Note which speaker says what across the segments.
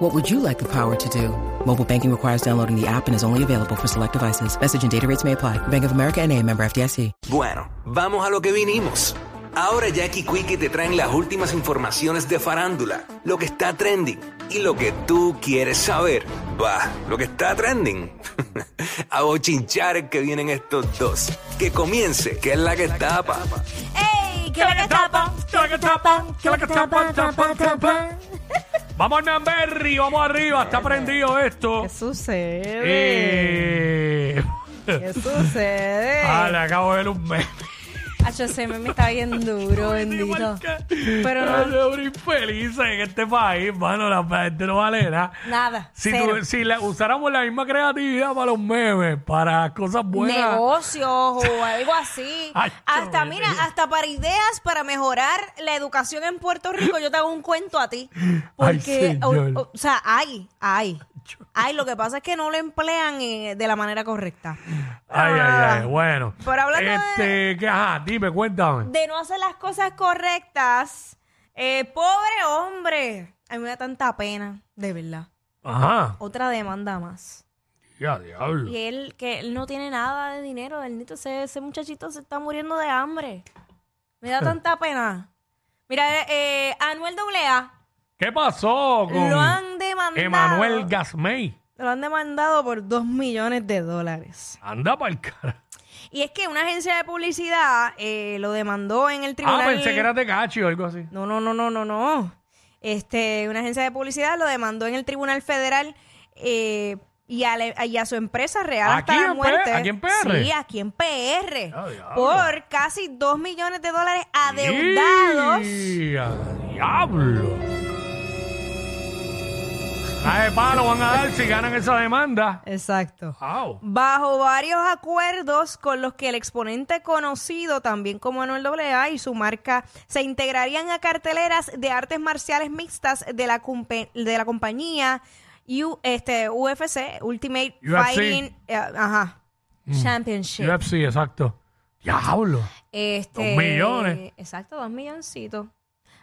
Speaker 1: What would you like the power to do? Mobile banking requires downloading the app and is only available for select devices. Message and data rates may apply. Bank of America and a member FDIC.
Speaker 2: Bueno, vamos a lo que vinimos. Ahora Jackie Quickie te traen las últimas informaciones de farándula, lo que está trending y lo que tú quieres saber. Va, lo que está trending. a bochinchar que vienen estos dos. Que comience, que es la que tapa.
Speaker 3: ¡Ey! ¿Qué es la que tapa?
Speaker 4: ¿Qué la que tapa? ¿Qué la que tapa? Tapa, tapa. Vamos al Memberry, vamos arriba, está prendido esto.
Speaker 3: ¿Qué sucede?
Speaker 4: Eh,
Speaker 3: ¿Qué sucede? Ah,
Speaker 4: ah, le acabo de ver un meme.
Speaker 3: Hacho, ese meme está bien duro, bendito. Pero no-
Speaker 4: Pero no. infeliz en este país, mano, la gente no vale nada.
Speaker 3: Nada,
Speaker 4: Si,
Speaker 3: cero.
Speaker 4: tu- si la- usáramos la misma creatividad para los memes, para cosas buenas.
Speaker 3: Negocios o algo así.
Speaker 4: Hacho,
Speaker 3: hasta,
Speaker 4: mire.
Speaker 3: mira, hasta para ideas para mejorar la educación en Puerto Rico, yo te hago un cuento a ti.
Speaker 4: Ay,
Speaker 3: Porque, o,
Speaker 4: señor.
Speaker 3: o- o sea, hay, hay. Hay, lo que pasa es que no lo emplean eh, de la manera correcta.
Speaker 4: Ay, ay, ay, bueno.
Speaker 3: Pero hablando
Speaker 4: este,
Speaker 3: de-
Speaker 4: que, ajá, dime, cuéntame.
Speaker 3: de no hacer las cosas correctas, eh, pobre hombre. A mí me da tanta pena, de verdad.
Speaker 4: Ajá,
Speaker 3: Otra demanda más.
Speaker 4: ya, diablo.
Speaker 3: Y él, que él no tiene nada de dinero, el nito, ese, ese muchachito se está muriendo de hambre. Me da tanta pena. Mira, eh, eh, Anuel AA
Speaker 4: ¿Qué pasó con
Speaker 3: lo han demandado.
Speaker 4: Emanuel Gasmey?
Speaker 3: Lo han demandado por 2 millones de dólares.
Speaker 4: Anda para el cara. Ah,
Speaker 3: Y es que una agencia de publicidad eh, lo demandó en el tribunal.
Speaker 4: Ah, pensé que era Tecachi o algo así.
Speaker 3: No, no, no, no, no, no. Este, una agencia de publicidad lo demandó en el Tribunal Federal eh, y, a la- y a su empresa real
Speaker 4: ¿Aquí
Speaker 3: hasta la
Speaker 4: en pues? P-
Speaker 3: muerte.
Speaker 4: aquí en PR?
Speaker 3: Sí, aquí en PR.
Speaker 4: Ah, diablo.
Speaker 3: por casi 2 millones de dólares adeudados.
Speaker 4: ¡Y a ¡Diablo! La de palo van a dar si ganan esa demanda.
Speaker 3: Exacto.
Speaker 4: ¡Au!
Speaker 3: Bajo varios acuerdos con los que el exponente conocido también como Anuel AA y su marca se integrarían a carteleras de artes marciales mixtas de la, cumpe- de la compañía U- este, UFC, Ultimate
Speaker 4: UFC.
Speaker 3: Fighting eh, ajá,
Speaker 4: Mm.
Speaker 3: Championship.
Speaker 4: UFC, exacto. ¡Diablo!
Speaker 3: Este,
Speaker 4: Dos millones.
Speaker 3: Exacto, dos milloncitos.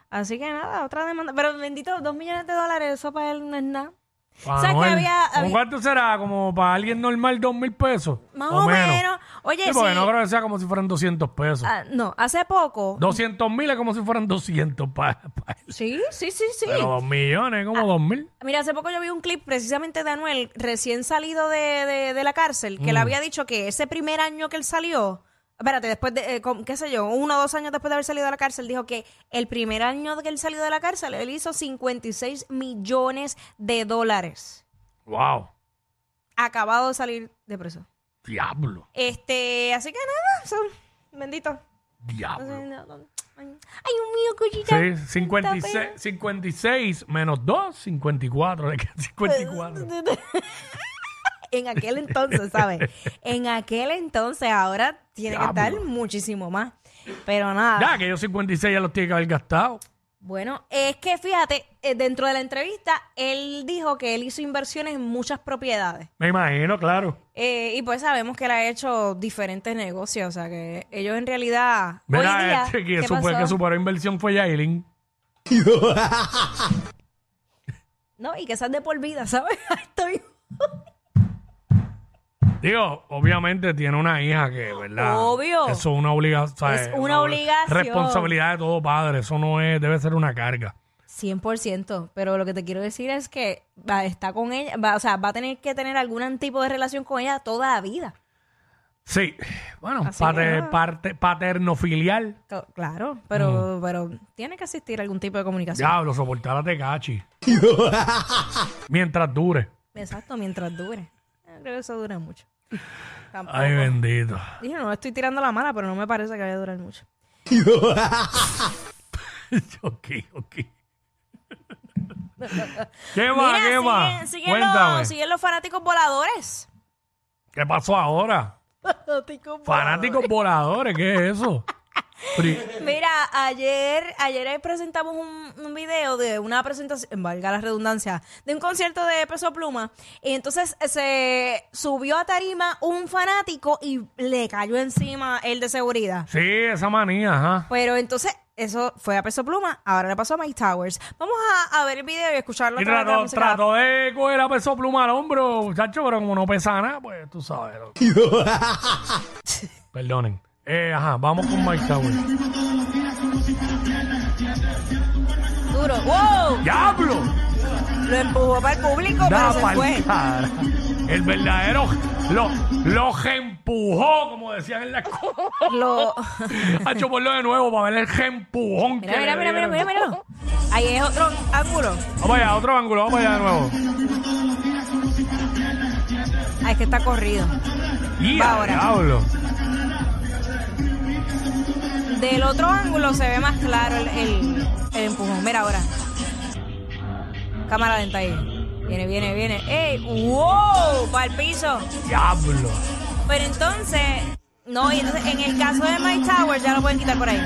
Speaker 3: Así que nada, otra demanda. Pero bendito, dos millones de dólares, eso para él no es nada.
Speaker 4: Para
Speaker 3: O sea, que
Speaker 4: Noel.
Speaker 3: había-
Speaker 4: ¿Cómo
Speaker 3: había-
Speaker 4: ¿Cuánto será? ¿Como para alguien normal dos mil pesos?
Speaker 3: Más o, menos. Oye,
Speaker 4: Sí, porque
Speaker 3: sí,
Speaker 4: no creo que sea como si fueran 200 pesos.
Speaker 3: ah, no, hace poco.
Speaker 4: 200 mil es como si fueran 200 para, para él.
Speaker 3: Sí, sí, sí, sí. Ah.
Speaker 4: Pero dos millones, como dos mil.
Speaker 3: Mira, hace poco yo vi un clip precisamente de Anuel, recién salido de, de- de la cárcel, que le había dicho que ese primer año que él salió, espérate, después de, eh, con- qué sé yo, uno o dos años después de haber salido de la cárcel, dijo que el primer año que él salió de la cárcel, él hizo 56 millones de dólares,
Speaker 4: ¡Wow!
Speaker 3: acabado de salir de preso.
Speaker 4: ¡Diablo!
Speaker 3: Este, así que nada, son- bendito. No sé,
Speaker 4: ¡Diablo!
Speaker 3: no, no. Ay, un mío, cuchita.
Speaker 4: Ah, Sí, 56, 56 menos 2, 54. le queda 54.
Speaker 3: Pues, en aquel entonces, ¿sabes? En aquel entonces, ahora tiene que estar
Speaker 4: Diablo.
Speaker 3: muchísimo más. Pero nada.
Speaker 4: Ya, que yo 56 ya los tiene que haber gastado.
Speaker 3: Bueno, es que fíjate, eh, dentro de la entrevista, él dijo que él hizo inversiones en muchas propiedades.
Speaker 4: Me imagino, claro.
Speaker 3: Eh, y pues sabemos que él ha hecho diferentes negocios. O sea, que ellos en realidad. hoy
Speaker 4: Mira,
Speaker 3: día,
Speaker 4: este que,
Speaker 3: ¿qué
Speaker 4: supo-
Speaker 3: pasó?
Speaker 4: que superó inversión fue Yailin.
Speaker 3: No, y que esas de por vida, ¿sabes? Estoy.
Speaker 4: Digo, obviamente tiene una hija que, ¿verdad?
Speaker 3: Obvio.
Speaker 4: Eso es una obligación.
Speaker 3: Es una obligación.
Speaker 4: Responsabilidad de todo padre. Eso no es, debe ser una carga.
Speaker 3: 100%, pero lo que te quiero decir es que va, está con ella, va, o sea, va a tener que tener algún tipo de relación con ella toda la vida.
Speaker 4: Sí. Bueno,
Speaker 3: Así
Speaker 4: pater-
Speaker 3: que nada.
Speaker 4: parte, paternofilial.
Speaker 3: Cl- Claro, pero, pero tiene que existir algún tipo de comunicación.
Speaker 4: Diablo, soportar a Tecachi. Mientras dure.
Speaker 3: Exacto, mientras dure. No creo que eso dure mucho. Tampoco.
Speaker 4: Ay, bendito.
Speaker 3: Dije, no, estoy tirando la mala, pero no me parece que vaya a durar mucho.
Speaker 4: ok, ok. ¿Qué va?
Speaker 3: Mira,
Speaker 4: ¿Qué va?
Speaker 3: siguen, siguen
Speaker 4: Cuéntame.
Speaker 3: los, siguen los fanáticos voladores.
Speaker 4: ¿Qué pasó ahora?
Speaker 3: Fanático.
Speaker 4: Fanáticos voladores, ¿qué es eso? Pri-
Speaker 3: Mira, ayer, ayer presentamos un, un video de una presentación, valga la redundancia, de un concierto de Peso Pluma. Y entonces eh, se subió a tarima un fanático y le cayó encima el de seguridad.
Speaker 4: Sí, esa manía, ajá.
Speaker 3: Pero entonces eso fue a Peso Pluma, ahora le pasó a Mike Towers. Vamos a, a ver el video y escucharlo.
Speaker 4: Y
Speaker 3: otra vez de la
Speaker 4: trató,
Speaker 3: música.
Speaker 4: trató de coger a peso pluma al hombro, muchacho, pero como no pesa nada, pues tú sabes. loco. Perdonen. Eh, ajá, vamos con Mike Tower.
Speaker 3: Duro. ¡Wow!
Speaker 4: ¡Diablo!
Speaker 3: Lo empujó para el público,
Speaker 4: Da
Speaker 3: pero se
Speaker 4: pa'l
Speaker 3: fue.
Speaker 4: cara. El verdadero lo, los empujó, como decían en la escuela.
Speaker 3: Lo...
Speaker 4: Hacho, ponlo de nuevo para ver el empujón que
Speaker 3: Mira, mira,
Speaker 4: le
Speaker 3: mira, mira,
Speaker 4: dieron.
Speaker 3: mira, mira. Ahí es otro ángulo.
Speaker 4: Vamos allá, otro ángulo, vamos allá de nuevo.
Speaker 3: Ah, es que está corrido.
Speaker 4: ¡Y
Speaker 3: Va ahora.
Speaker 4: diablo!
Speaker 3: Del otro ángulo se ve más claro el, el- el empujón. Mira ahora. Cámara lenta ahí. Viene, viene, viene. ¡Ey! ¡Wow! Para el piso.
Speaker 4: ¡Diablo!
Speaker 3: Pero entonces. No, y entonces en el caso de Mike Towers, ya lo pueden quitar por ahí.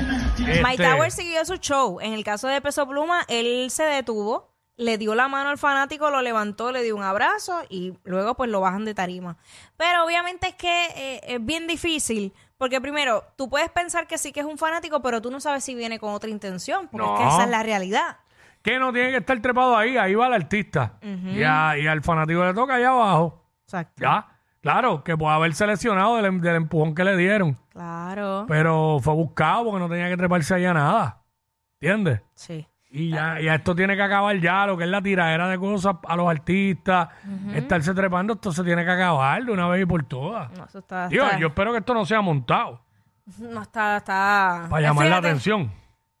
Speaker 3: Mike
Speaker 4: Este-
Speaker 3: Towers siguió su show. En el caso de Peso Pluma, él se detuvo, le dio la mano al fanático, lo levantó, le dio un abrazo y luego pues lo bajan de tarima. Pero obviamente es que eh, es bien difícil. Porque primero, tú puedes pensar que sí que es un fanático, pero tú no sabes si viene con otra intención, porque es que
Speaker 4: No.
Speaker 3: esa es la realidad.
Speaker 4: Que no tiene que estar trepado ahí, ahí va el artista. y, a- y al fanático le toca allá abajo.
Speaker 3: Exacto.
Speaker 4: Ya, claro, que puede haber seleccionado del, em, del empujón que le dieron.
Speaker 3: Claro.
Speaker 4: Pero fue buscado porque no tenía que treparse allá nada. ¿Entiendes?
Speaker 3: Sí.
Speaker 4: Y ya, ya esto tiene que acabar ya, lo que es la tiradera de cosas a los artistas, estarse trepando, esto se tiene que acabar de una vez y por todas.
Speaker 3: No, eso está.
Speaker 4: Digo,
Speaker 3: está-
Speaker 4: yo espero que esto no sea montado
Speaker 3: No está. está
Speaker 4: para llamar la
Speaker 3: Fíjate,
Speaker 4: atención.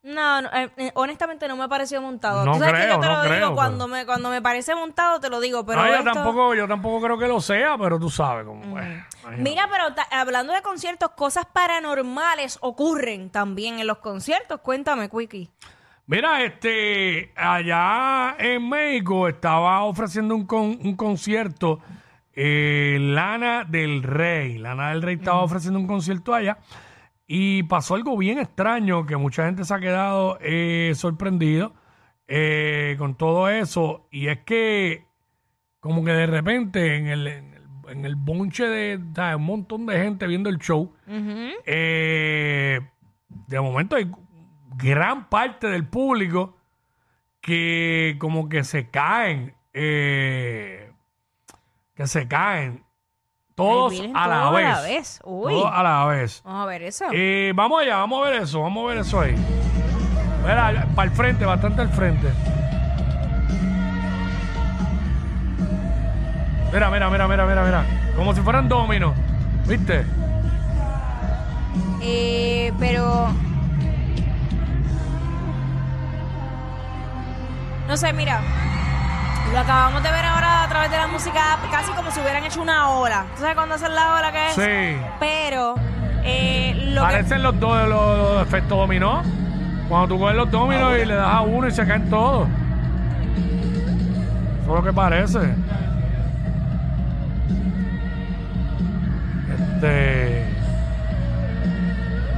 Speaker 3: No, no, eh, eh, honestamente no me ha parecido montado.
Speaker 4: No
Speaker 3: Tú sabes que
Speaker 4: creo,
Speaker 3: yo te
Speaker 4: no
Speaker 3: lo
Speaker 4: creo,
Speaker 3: digo cuando me cuando me parece montado te lo digo, pero
Speaker 4: No, Ah, yo
Speaker 3: esto-
Speaker 4: tampoco, yo tampoco creo que lo sea, pero tú sabes como, eh, imagínate.
Speaker 3: Mira, pero ta- hablando de conciertos, cosas paranormales ocurren también en los conciertos. Cuéntame, Quickie.
Speaker 4: Mira, este, allá en México estaba ofreciendo un, con- un concierto eh, Lana del Rey. Lana del Rey estaba ofreciendo un concierto allá y pasó algo bien extraño que mucha gente se ha quedado eh, sorprendido eh, con todo eso y es que como que de repente en el, en el, en el bonche de ¿sabes? un montón de gente viendo el show, eh, de momento hay gran parte del público que como que se caen, eh, que se caen todos
Speaker 3: Ay, Virgen,
Speaker 4: a la
Speaker 3: todo
Speaker 4: vez.
Speaker 3: vez. Uy.
Speaker 4: Todos a la vez.
Speaker 3: Vamos a ver eso.
Speaker 4: Eh, vamos allá, vamos a ver eso, vamos a ver eso ahí. Mira, para el frente, bastante al frente. Mira, mira, mira, mira, mira, mira. Como si fueran dominos. ¿Viste?
Speaker 3: Eh, pero No sé, mira. Lo acabamos de ver ahora a través de la música, casi como si hubieran hecho una ola. ¿Tú sabes cuándo hacen la ola que es?
Speaker 4: Sí.
Speaker 3: Pero eh, lo que-
Speaker 4: Parecen los dos los, los efectos dominó. Cuando tú coges los dominos y le das a uno y se caen todos. Eso es lo que parece. Este.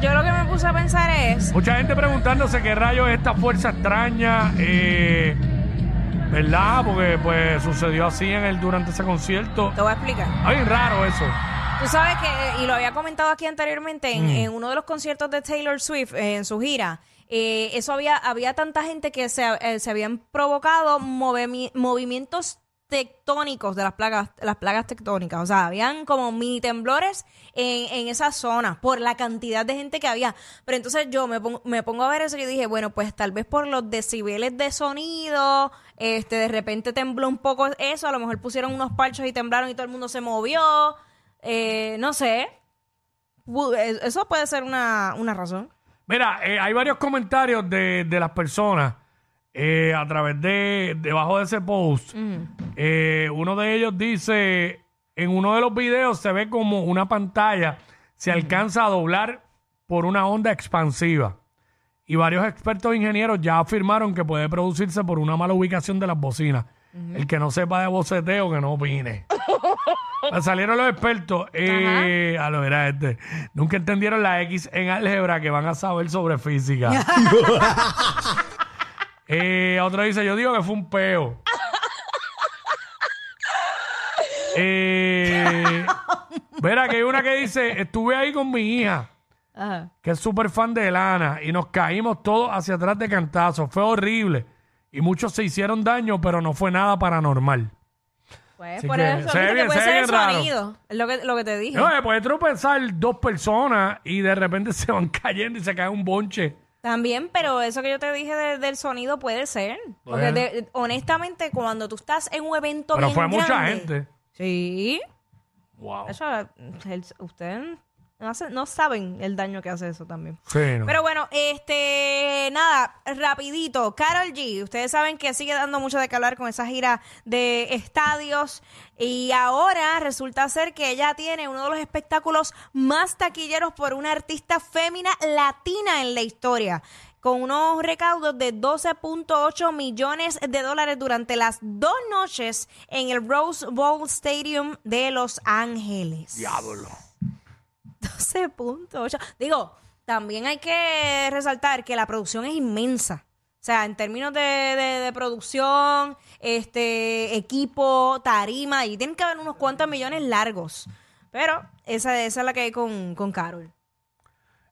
Speaker 3: yo lo que me puse a pensar es
Speaker 4: Mucha gente preguntándose qué rayos es esta fuerza extraña, eh, ¿verdad? Porque pues sucedió así en el durante ese concierto.
Speaker 3: te voy a explicar.
Speaker 4: Ay, raro eso.
Speaker 3: Tú sabes que, eh, y lo había comentado aquí anteriormente, en, en uno de los conciertos de Taylor Swift, eh, en su gira, eh, eso había, había tanta gente que se, eh, se habían provocado movemi- movimientos tectónicos de las plagas, las plagas tectónicas. O sea, habían como mini temblores en, en esa zona por la cantidad de gente que había. Pero entonces yo me pongo, me pongo a ver eso y dije, bueno, pues tal vez por los decibeles de sonido, este, de repente tembló un poco eso, a lo mejor pusieron unos parchos y temblaron y todo el mundo se movió. Eh, no sé. Pu- eh, Eso puede ser una, una razón.
Speaker 4: Mira, eh, hay varios comentarios de, de las personas eh, a través de, debajo de ese post. Eh, uno de ellos dice, en uno de los videos se ve como una pantalla se alcanza a doblar por una onda expansiva. Y varios expertos ingenieros ya afirmaron que puede producirse por una mala ubicación de las bocinas. El que no sepa de boceteo, que no opine. Pues Salieron los expertos. Eh, a lo verá este. Nunca entendieron la X en álgebra que van a saber sobre física. Eh, otro dice, yo digo que fue un peo. Eh, verá que hay una que dice, estuve ahí con mi hija,
Speaker 3: Ajá.
Speaker 4: que es súper fan de Lana, y nos caímos todos hacia atrás de cantazo. Fue horrible. Y muchos se hicieron daño, pero no fue nada paranormal.
Speaker 3: Pues
Speaker 4: Así
Speaker 3: por
Speaker 4: que
Speaker 3: eso,
Speaker 4: se ve
Speaker 3: viste,
Speaker 4: bien,
Speaker 3: puede
Speaker 4: se ve
Speaker 3: ser el
Speaker 4: bien raro.
Speaker 3: sonido, es lo que, lo que te dije.
Speaker 4: No, eh, puede tropezar dos personas y de repente se van cayendo y se cae un bonche.
Speaker 3: También, pero eso que yo te dije de- del sonido puede ser. Porque
Speaker 4: Bueno.
Speaker 3: de- honestamente, cuando tú estás en un evento
Speaker 4: Pero
Speaker 3: bien
Speaker 4: fue mucha
Speaker 3: grande-
Speaker 4: gente.
Speaker 3: Sí.
Speaker 4: Wow.
Speaker 3: Eso, el- ustedes no, hace- no saben el daño que hace eso también.
Speaker 4: Sí, no.
Speaker 3: Pero bueno, este, nada, rapidito. Carol G, ustedes saben que sigue dando mucho de qué hablar con esa gira de estadios. Y ahora resulta ser que ella tiene uno de los espectáculos más taquilleros por una artista fémina latina en la historia con unos recaudos de 12.8 millones de dólares durante las dos noches en el Rose Bowl Stadium de Los Ángeles.
Speaker 4: Diablo.
Speaker 3: 12.8. Digo, también hay que resaltar que la producción es inmensa. O sea, en términos de, de- de producción, este equipo, tarima, y tienen que haber unos cuantos millones largos. Pero esa, esa es la que hay con, con Carol.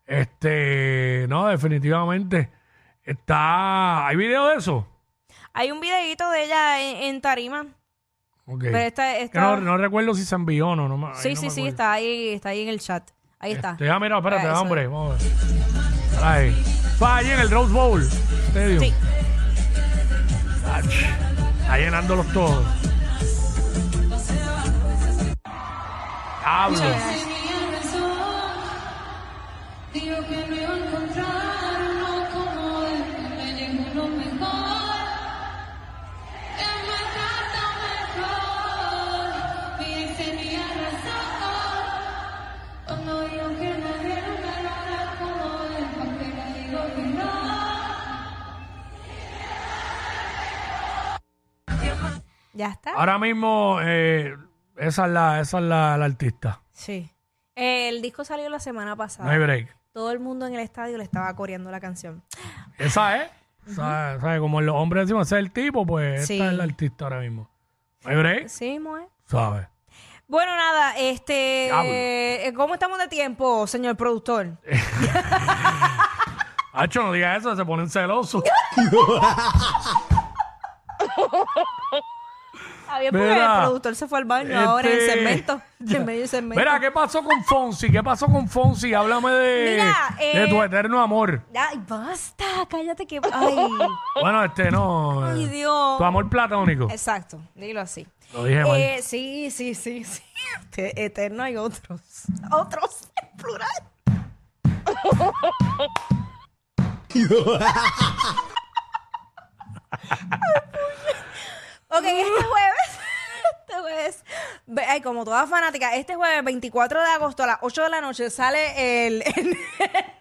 Speaker 4: Este, no, definitivamente. Está. ¿Hay video de eso?
Speaker 3: Hay un videito de ella en, en tarima.
Speaker 4: Ok.
Speaker 3: Pero esta,
Speaker 4: Que
Speaker 3: esta-
Speaker 4: no, no recuerdo si se envió o no. no me- ahí
Speaker 3: sí,
Speaker 4: no
Speaker 3: sí,
Speaker 4: me
Speaker 3: sí,
Speaker 4: acuerdo.
Speaker 3: está ahí, está ahí en el chat. Ahí está.
Speaker 4: Este, ah, mira, espérate,
Speaker 3: Ah, eso.
Speaker 4: hombre. Vamos a ver. Ahí. Fue allí en el Rose Bowl. Stadium.
Speaker 3: Sí.
Speaker 4: Ach, Está llenándolos todos. Diablo.
Speaker 3: ¿Ya está?
Speaker 4: Ahora mismo, eh, esa es, la, esa es la, la artista.
Speaker 3: Sí. El disco salió la semana
Speaker 4: No hay
Speaker 3: pasada.
Speaker 4: break.
Speaker 3: Todo el mundo en el estadio le estaba coreando la canción.
Speaker 4: Esa es. ¿Sabes? Como los hombres decimos, ese es el tipo, pues
Speaker 3: Sí.
Speaker 4: esta es la artista ahora mismo. No hay break.
Speaker 3: Sí, Moe.
Speaker 4: ¿Sabes?
Speaker 3: Bueno, nada, este.
Speaker 4: Diablo. Eh,
Speaker 3: eh, ¿Cómo estamos de tiempo, señor productor?
Speaker 4: Hacho, no digas eso, se ponen celosos.
Speaker 3: Está bien, porque
Speaker 4: Mira,
Speaker 3: el productor se fue al baño ahora en el
Speaker 4: este,
Speaker 3: segmento. En medio del segmento.
Speaker 4: Mira, ¿qué pasó con Fonsi? ¿Qué pasó con Fonsi? Háblame de,
Speaker 3: Mira, eh,
Speaker 4: de tu eterno amor.
Speaker 3: Ay, basta, cállate que. Ay,
Speaker 4: Bueno, este no.
Speaker 3: oh, ay,
Speaker 4: eh,
Speaker 3: Dios.
Speaker 4: tu amor platónico.
Speaker 3: Exacto, dilo así.
Speaker 4: Lo dije mal.
Speaker 3: Eh, sí, sí, sí, sí. Te- Eterno hay otros. Otros, en plural. ok, este jueves. Este jueves. ve- Ay, como toda fanática, este jueves 24 de agosto a las 8 de la noche sale el, el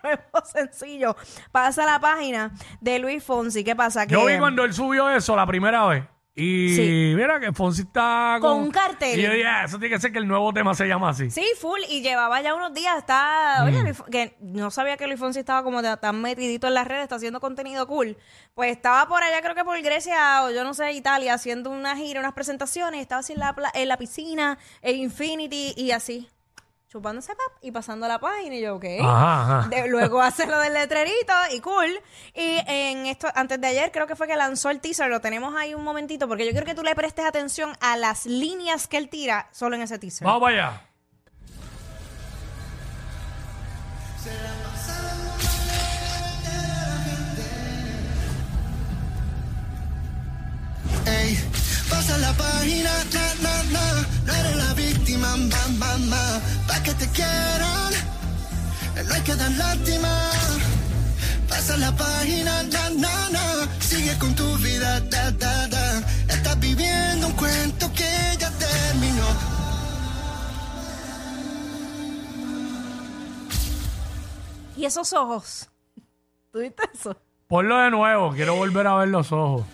Speaker 3: nuevo sencillo. Pasa la página de Luis Fonsi. ¿Qué pasa?
Speaker 4: Yo
Speaker 3: Que-
Speaker 4: vi cuando él subió eso la primera vez. Y
Speaker 3: Sí.
Speaker 4: mira que Fonsi está
Speaker 3: Con
Speaker 4: con,
Speaker 3: un cartel.
Speaker 4: Y yo dije, ah, eso tiene que ser que el nuevo tema se llama así.
Speaker 3: Sí, full. Y llevaba ya unos días. Está. Oye, Luis Fon- que no sabía que Luis Fonsi estaba como de- tan metidito en las redes, está haciendo contenido cool. Pues estaba por allá, creo que por Grecia o yo no sé, Italia, haciendo una gira, unas presentaciones. Estaba así en la, pla- en la piscina, en Infinity y así. Chupándose pap y pasando la página. Y yo, ok.
Speaker 4: Ajá, ajá.
Speaker 3: De- luego hace lo del letrerito y cool. Y en esto, antes de ayer creo que fue que lanzó el teaser, lo tenemos ahí un momentito, porque yo quiero que tú le prestes atención a las líneas que él tira solo en ese teaser.
Speaker 4: Vamos para allá.
Speaker 5: Ey, pasa la página, na, na, na, no eres la víctima, ma, ma, ma, pa' que te quieran, no hay que dar lástima. Pasa la página, na, na, na, sigue con tu vida, da, da, da, estás viviendo un cuento que ya terminó.
Speaker 3: Y esos ojos. ¿Tuviste eso?
Speaker 4: Ponlo de nuevo, quiero volver a ver los ojos.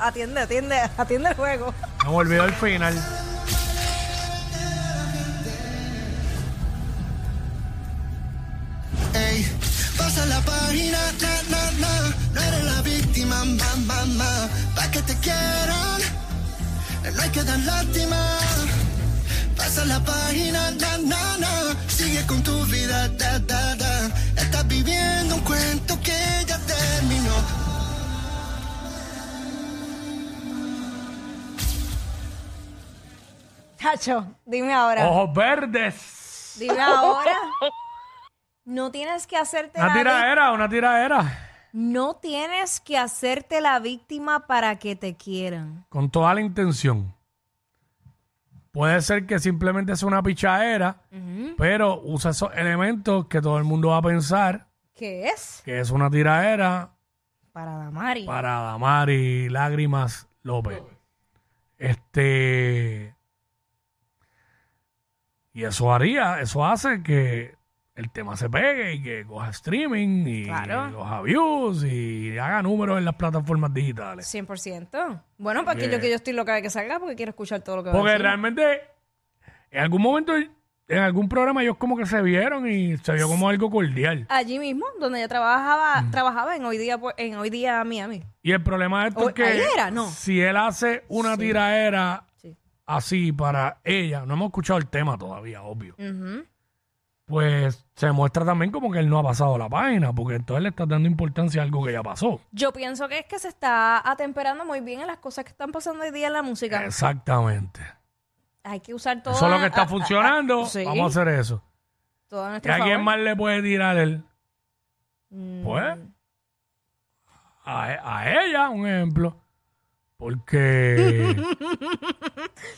Speaker 3: atiende, atiende, atiende el juego.
Speaker 4: Me olvidó el final.
Speaker 5: Ey, pasa la página, na, na, na. No eres la víctima, ma, ma, ma. Pa' que te quieran, no hay que dar lástima. Pasa la página, na, na, na. Sigue con tu vida, da, da, da. Estás viviendo un cuento que ya terminó.
Speaker 3: Tacho, dime ahora.
Speaker 4: Ojos verdes.
Speaker 3: Dime ahora. No tienes que hacerte
Speaker 4: Una
Speaker 3: la víctima.
Speaker 4: tiradera, una tiradera.
Speaker 3: No tienes que hacerte la víctima para que te quieran.
Speaker 4: Con toda la intención. Puede ser que simplemente sea una pichadera, pero usa esos elementos que todo el mundo va a pensar
Speaker 3: ¿Qué es?
Speaker 4: que es una tiradera
Speaker 3: Para Damari.
Speaker 4: para Damari Lágrimas López. Este. Y eso haría, eso hace que el tema se pegue y que coja streaming y
Speaker 3: Claro.
Speaker 4: coja views y haga números en las plataformas digitales.
Speaker 3: 100%. Bueno, para que yo, que yo estoy loca de que salga porque quiero escuchar todo lo que va a
Speaker 4: Porque
Speaker 3: decir.
Speaker 4: realmente, en algún momento, en algún programa, ellos como que se vieron y se vio como algo cordial.
Speaker 3: Allí mismo, donde ella trabajaba,
Speaker 4: Mm.
Speaker 3: trabajaba en hoy día, pues, en hoy día Miami.
Speaker 4: Y el problema de esto
Speaker 3: O-
Speaker 4: es que
Speaker 3: ahí era, ¿no?
Speaker 4: si él hace una tiraera
Speaker 3: Sí.
Speaker 4: así para ella, no hemos escuchado el tema todavía, obvio. Pues se muestra también como que él no ha pasado la página, porque entonces le estás dando importancia a algo que ya pasó.
Speaker 3: Yo pienso que es que se está atemperando muy bien en las cosas que están pasando hoy día en la música.
Speaker 4: Exactamente.
Speaker 3: Hay que usar todo.
Speaker 4: Eso es lo que
Speaker 3: a-
Speaker 4: está
Speaker 3: a- a-
Speaker 4: funcionando.
Speaker 3: sí.
Speaker 4: Vamos a hacer eso.
Speaker 3: todo a
Speaker 4: ¿Y
Speaker 3: nuestro
Speaker 4: a quién
Speaker 3: favor.
Speaker 4: más le puede tirar él?
Speaker 3: Mm,
Speaker 4: Pues, a, e- a ella, un ejemplo. Porque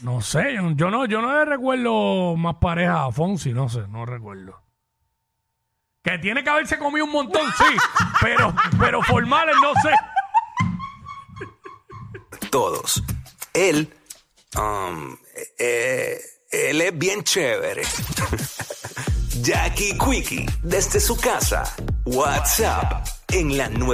Speaker 4: no sé, yo, yo no, yo no le recuerdo más pareja a Fonsi, no sé, no recuerdo. Que tiene que haberse comido un montón, sí, pero, pero formales, no sé.
Speaker 2: todos. Él, um, eh, él es bien chévere. Jackie Quickie, desde su casa. WhatsApp en la nueva.